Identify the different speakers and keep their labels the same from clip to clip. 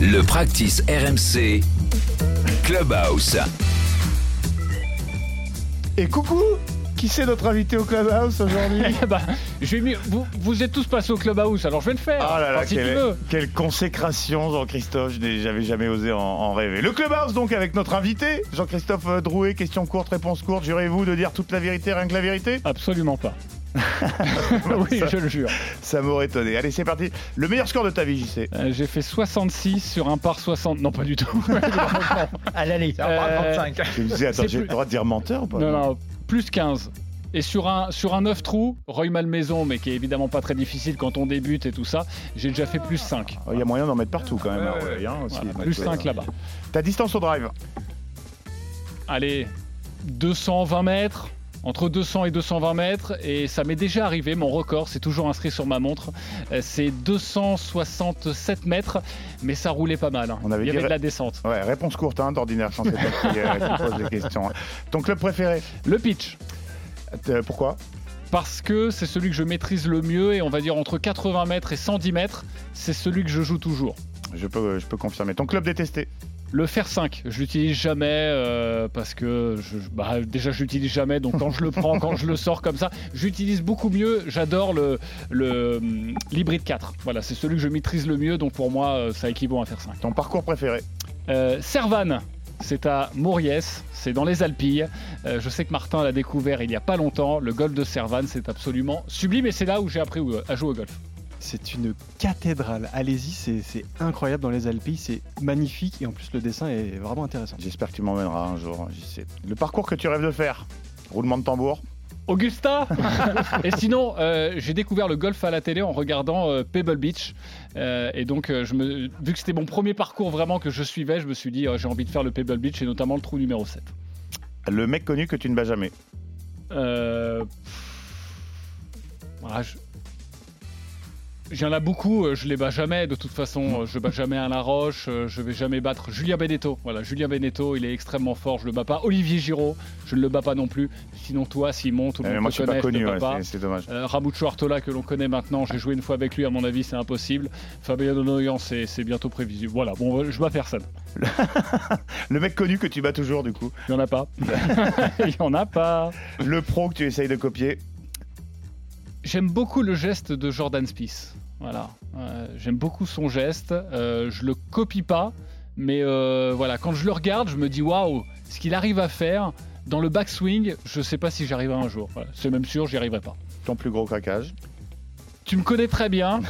Speaker 1: Le practice RMC Clubhouse.
Speaker 2: Et coucou Qui c'est notre invité au Clubhouse aujourd'hui
Speaker 3: Eh ben, je vais mieux- Vous, vous êtes tous passés au clubhouse, alors je vais le faire.
Speaker 2: Ah là là,
Speaker 3: Enfin, si tu
Speaker 2: quelle,
Speaker 3: veux.
Speaker 2: quelle consécration, Jean-Christophe, je n'ai- j'avais jamais osé en, en rêver. Le Clubhouse, donc, avec notre invité, Jean-Christophe euh, Drouet, question courte, réponse courte, jurez-vous de dire toute la vérité, rien que la vérité
Speaker 3: Absolument pas. oui, je le jure.
Speaker 2: Ça m'aurait étonné. Allez, c'est parti. Le meilleur score de ta vie, JC
Speaker 3: Euh, J'ai fait 66 sur un par 60. Non, pas du tout.
Speaker 4: À l'aller.
Speaker 3: Euh,
Speaker 2: Je me disais, attends,
Speaker 3: C'est
Speaker 2: j'ai le
Speaker 3: plus-
Speaker 2: droit de dire menteur ou pas
Speaker 3: non, non, plus 15. Et sur un, sur un 9 trous, Roy Malmaison, mais qui est évidemment pas très difficile quand on débute et tout ça, j'ai déjà fait plus 5.
Speaker 2: Oh, Il y a moyen d'en mettre partout quand même. hein, ouais, hein, aussi,
Speaker 3: Voilà,
Speaker 2: de
Speaker 3: plus
Speaker 2: mettre,
Speaker 3: 5
Speaker 2: euh,
Speaker 3: là-bas.
Speaker 2: Ta distance au drive
Speaker 3: allez, 220 mètres, entre 200 et 220 mètres, et ça m'est déjà arrivé, mon record, c'est toujours inscrit sur ma montre, euh, c'est 267 mètres, mais ça roulait pas mal, hein.
Speaker 2: On avait
Speaker 3: il y
Speaker 2: dit
Speaker 3: avait de
Speaker 2: ré-
Speaker 3: la descente.
Speaker 2: Ouais, réponse courte, hein, d'ordinaire, quand c'est toi qui, euh, qui pose des questions. Ton club préféré
Speaker 3: Le pitch,
Speaker 2: Euh, Pourquoi
Speaker 3: parce que c'est celui que je maîtrise le mieux, et on va dire entre 80 mètres et 110 mètres, c'est celui que je joue toujours.
Speaker 2: je peux, je peux confirmer. Ton club détesté
Speaker 3: Le fer 5, je l'utilise jamais euh, parce que je, je- bah, déjà je l'utilise jamais, donc quand je le prends, quand je le sors comme ça, j'utilise beaucoup mieux. J'adore le le, hum, l'hybride 4. Voilà, c'est celui que je maîtrise le mieux, donc pour moi euh, ça équivaut à un fer 5.
Speaker 2: Ton parcours préféré
Speaker 3: Euh, Servan, c'est à Mauriès, c'est dans les Alpilles. Euh, je sais que Martin l'a découvert il y a pas longtemps. Le golf de Servan, c'est absolument sublime et c'est là où j'ai appris où- à jouer au golf.
Speaker 5: C'est une cathédrale. Allez-y, c'est- c'est incroyable dans les Alpilles, c'est magnifique et en plus le dessin est vraiment intéressant.
Speaker 2: J'espère que tu m'emmèneras un jour. j'y sais. Le parcours que tu rêves de faire Roulement de tambour
Speaker 3: Augusta Et sinon, euh, j'ai découvert le golf à la télé en regardant euh, Pebble Beach. Euh, et donc, euh, je me, vu que c'était mon premier parcours vraiment que je suivais, je me suis dit, euh, j'ai envie de faire le Pebble Beach et notamment le trou numéro 7.
Speaker 2: Le mec connu que tu ne bats jamais.
Speaker 3: Euh, ah, je... Il y en a beaucoup, euh, je les bats jamais de toute façon, euh, je bats jamais Alain Roche, euh, je vais jamais battre Julien Beneteau. Voilà, Julien Beneteau, il est extrêmement fort, je le bats pas. Olivier Giraud, je ne le bats pas non plus. Sinon toi, Simon, tout le
Speaker 2: Euh,
Speaker 3: monde
Speaker 2: moi,
Speaker 3: te
Speaker 2: je suis
Speaker 3: connaît,
Speaker 2: pas
Speaker 3: je te
Speaker 2: connu,
Speaker 3: bats
Speaker 2: ouais,
Speaker 3: pas.
Speaker 2: c'est- c'est dommage.
Speaker 3: Euh, Ramucho Artola que l'on connaît maintenant, j'ai joué une fois avec lui, à mon avis c'est impossible. Fabien Donoyan c'est c'est bientôt prévisible. Voilà, bon euh, je bats personne.
Speaker 2: Le mec connu que tu bats toujours, du coup.
Speaker 3: Il y en a pas. Il y en a pas.
Speaker 2: Le pro que tu essayes de copier.
Speaker 3: J'aime beaucoup le geste de Jordan Spieth. Voilà, Euh, j'aime beaucoup son geste. Euh, je le copie pas, mais euh, voilà, quand je le regarde, je me dis waouh, ce qu'il arrive à faire dans le backswing, je sais pas si j'y arriverai un jour. Voilà, C'est même sûr, j'y arriverai pas.
Speaker 2: Ton plus gros craquage.
Speaker 3: Tu me connais très bien.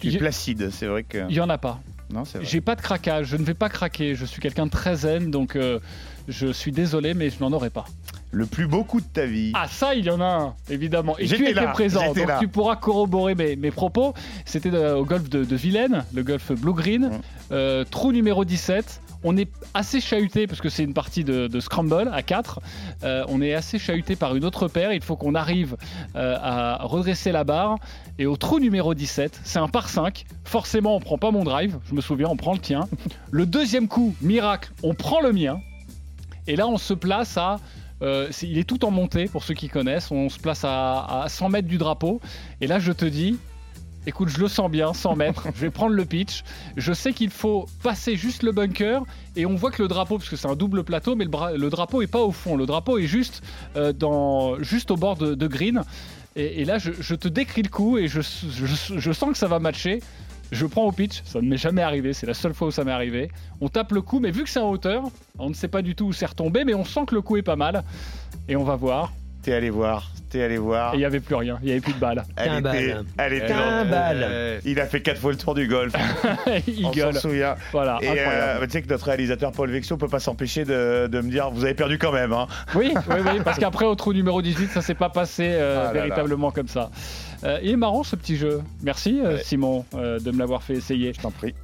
Speaker 2: Tu es
Speaker 3: Il-
Speaker 2: placide, c'est vrai que.
Speaker 3: Il y en a pas.
Speaker 2: Non, c'est vrai.
Speaker 3: J'ai pas de craquage, je ne vais pas craquer, je suis quelqu'un de très zen, donc euh, je suis désolé, mais je n'en aurai pas.
Speaker 2: Le plus beau coup de ta vie.
Speaker 3: Ah ça, il y en a un, évidemment. Et tu
Speaker 2: J'étais
Speaker 3: étais
Speaker 2: là,
Speaker 3: présent,
Speaker 2: j'étais
Speaker 3: donc
Speaker 2: là.
Speaker 3: tu pourras corroborer mes, mes propos. C'était de- au golf de, de Vilaine, le golf Blue Green,
Speaker 2: Mm.
Speaker 3: Euh, trou numéro 17. On est assez chahuté, parce que c'est une partie de, de scramble à 4, on est assez chahuté par une autre paire, il faut qu'on arrive euh, à redresser la barre. Et au trou numéro 17, c'est un par 5, forcément on prend pas mon drive, je me souviens, on prend le tien. Le deuxième coup, miracle, on prend le mien. Et là, on se place à. euh, c'est- il est tout en montée, pour ceux qui connaissent. On se place à, à 100 mètres du drapeau. Et là, je te dis. Écoute, je le sens bien, 100 mètres, je vais prendre le pitch. Je sais qu'il faut passer juste le bunker et on voit que le drapeau, parce que c'est un double plateau, mais le, bra- le drapeau est pas au fond, le drapeau est juste, euh, dans, juste au bord de, de green. Et, et là, je, je te décris le coup et je, je- je sens que ça va matcher. Je prends au pitch, ça ne m'est jamais arrivé, c'est la seule fois où ça m'est arrivé. On tape le coup, mais vu que c'est en hauteur, on ne sait pas du tout où c'est retombé, mais on sent que le coup est pas mal. Et on va voir.
Speaker 2: T'es allé voir. T'es allé voir.
Speaker 3: Et il n'y avait plus rien, il n'y avait plus de balles.
Speaker 2: Elle était.
Speaker 4: Timbal.
Speaker 2: Elle était.
Speaker 4: Timbal.
Speaker 2: Il a fait quatre fois le tour du golf.
Speaker 3: il
Speaker 2: On s'en
Speaker 3: gueule.
Speaker 2: souvient.
Speaker 3: Voilà,
Speaker 2: Et
Speaker 3: incroyable.
Speaker 2: euh, tu sais que notre réalisateur Paul Vexo peut pas s'empêcher de, de me dire vous avez perdu quand même. Hein.
Speaker 3: Oui, oui, oui, parce qu'après, au trou numéro 18, ça s'est pas passé euh,
Speaker 2: Ah là là.
Speaker 3: véritablement comme ça. Euh, il est marrant ce petit jeu. Merci euh, Simon euh, de me l'avoir fait essayer.
Speaker 2: Je t'en prie.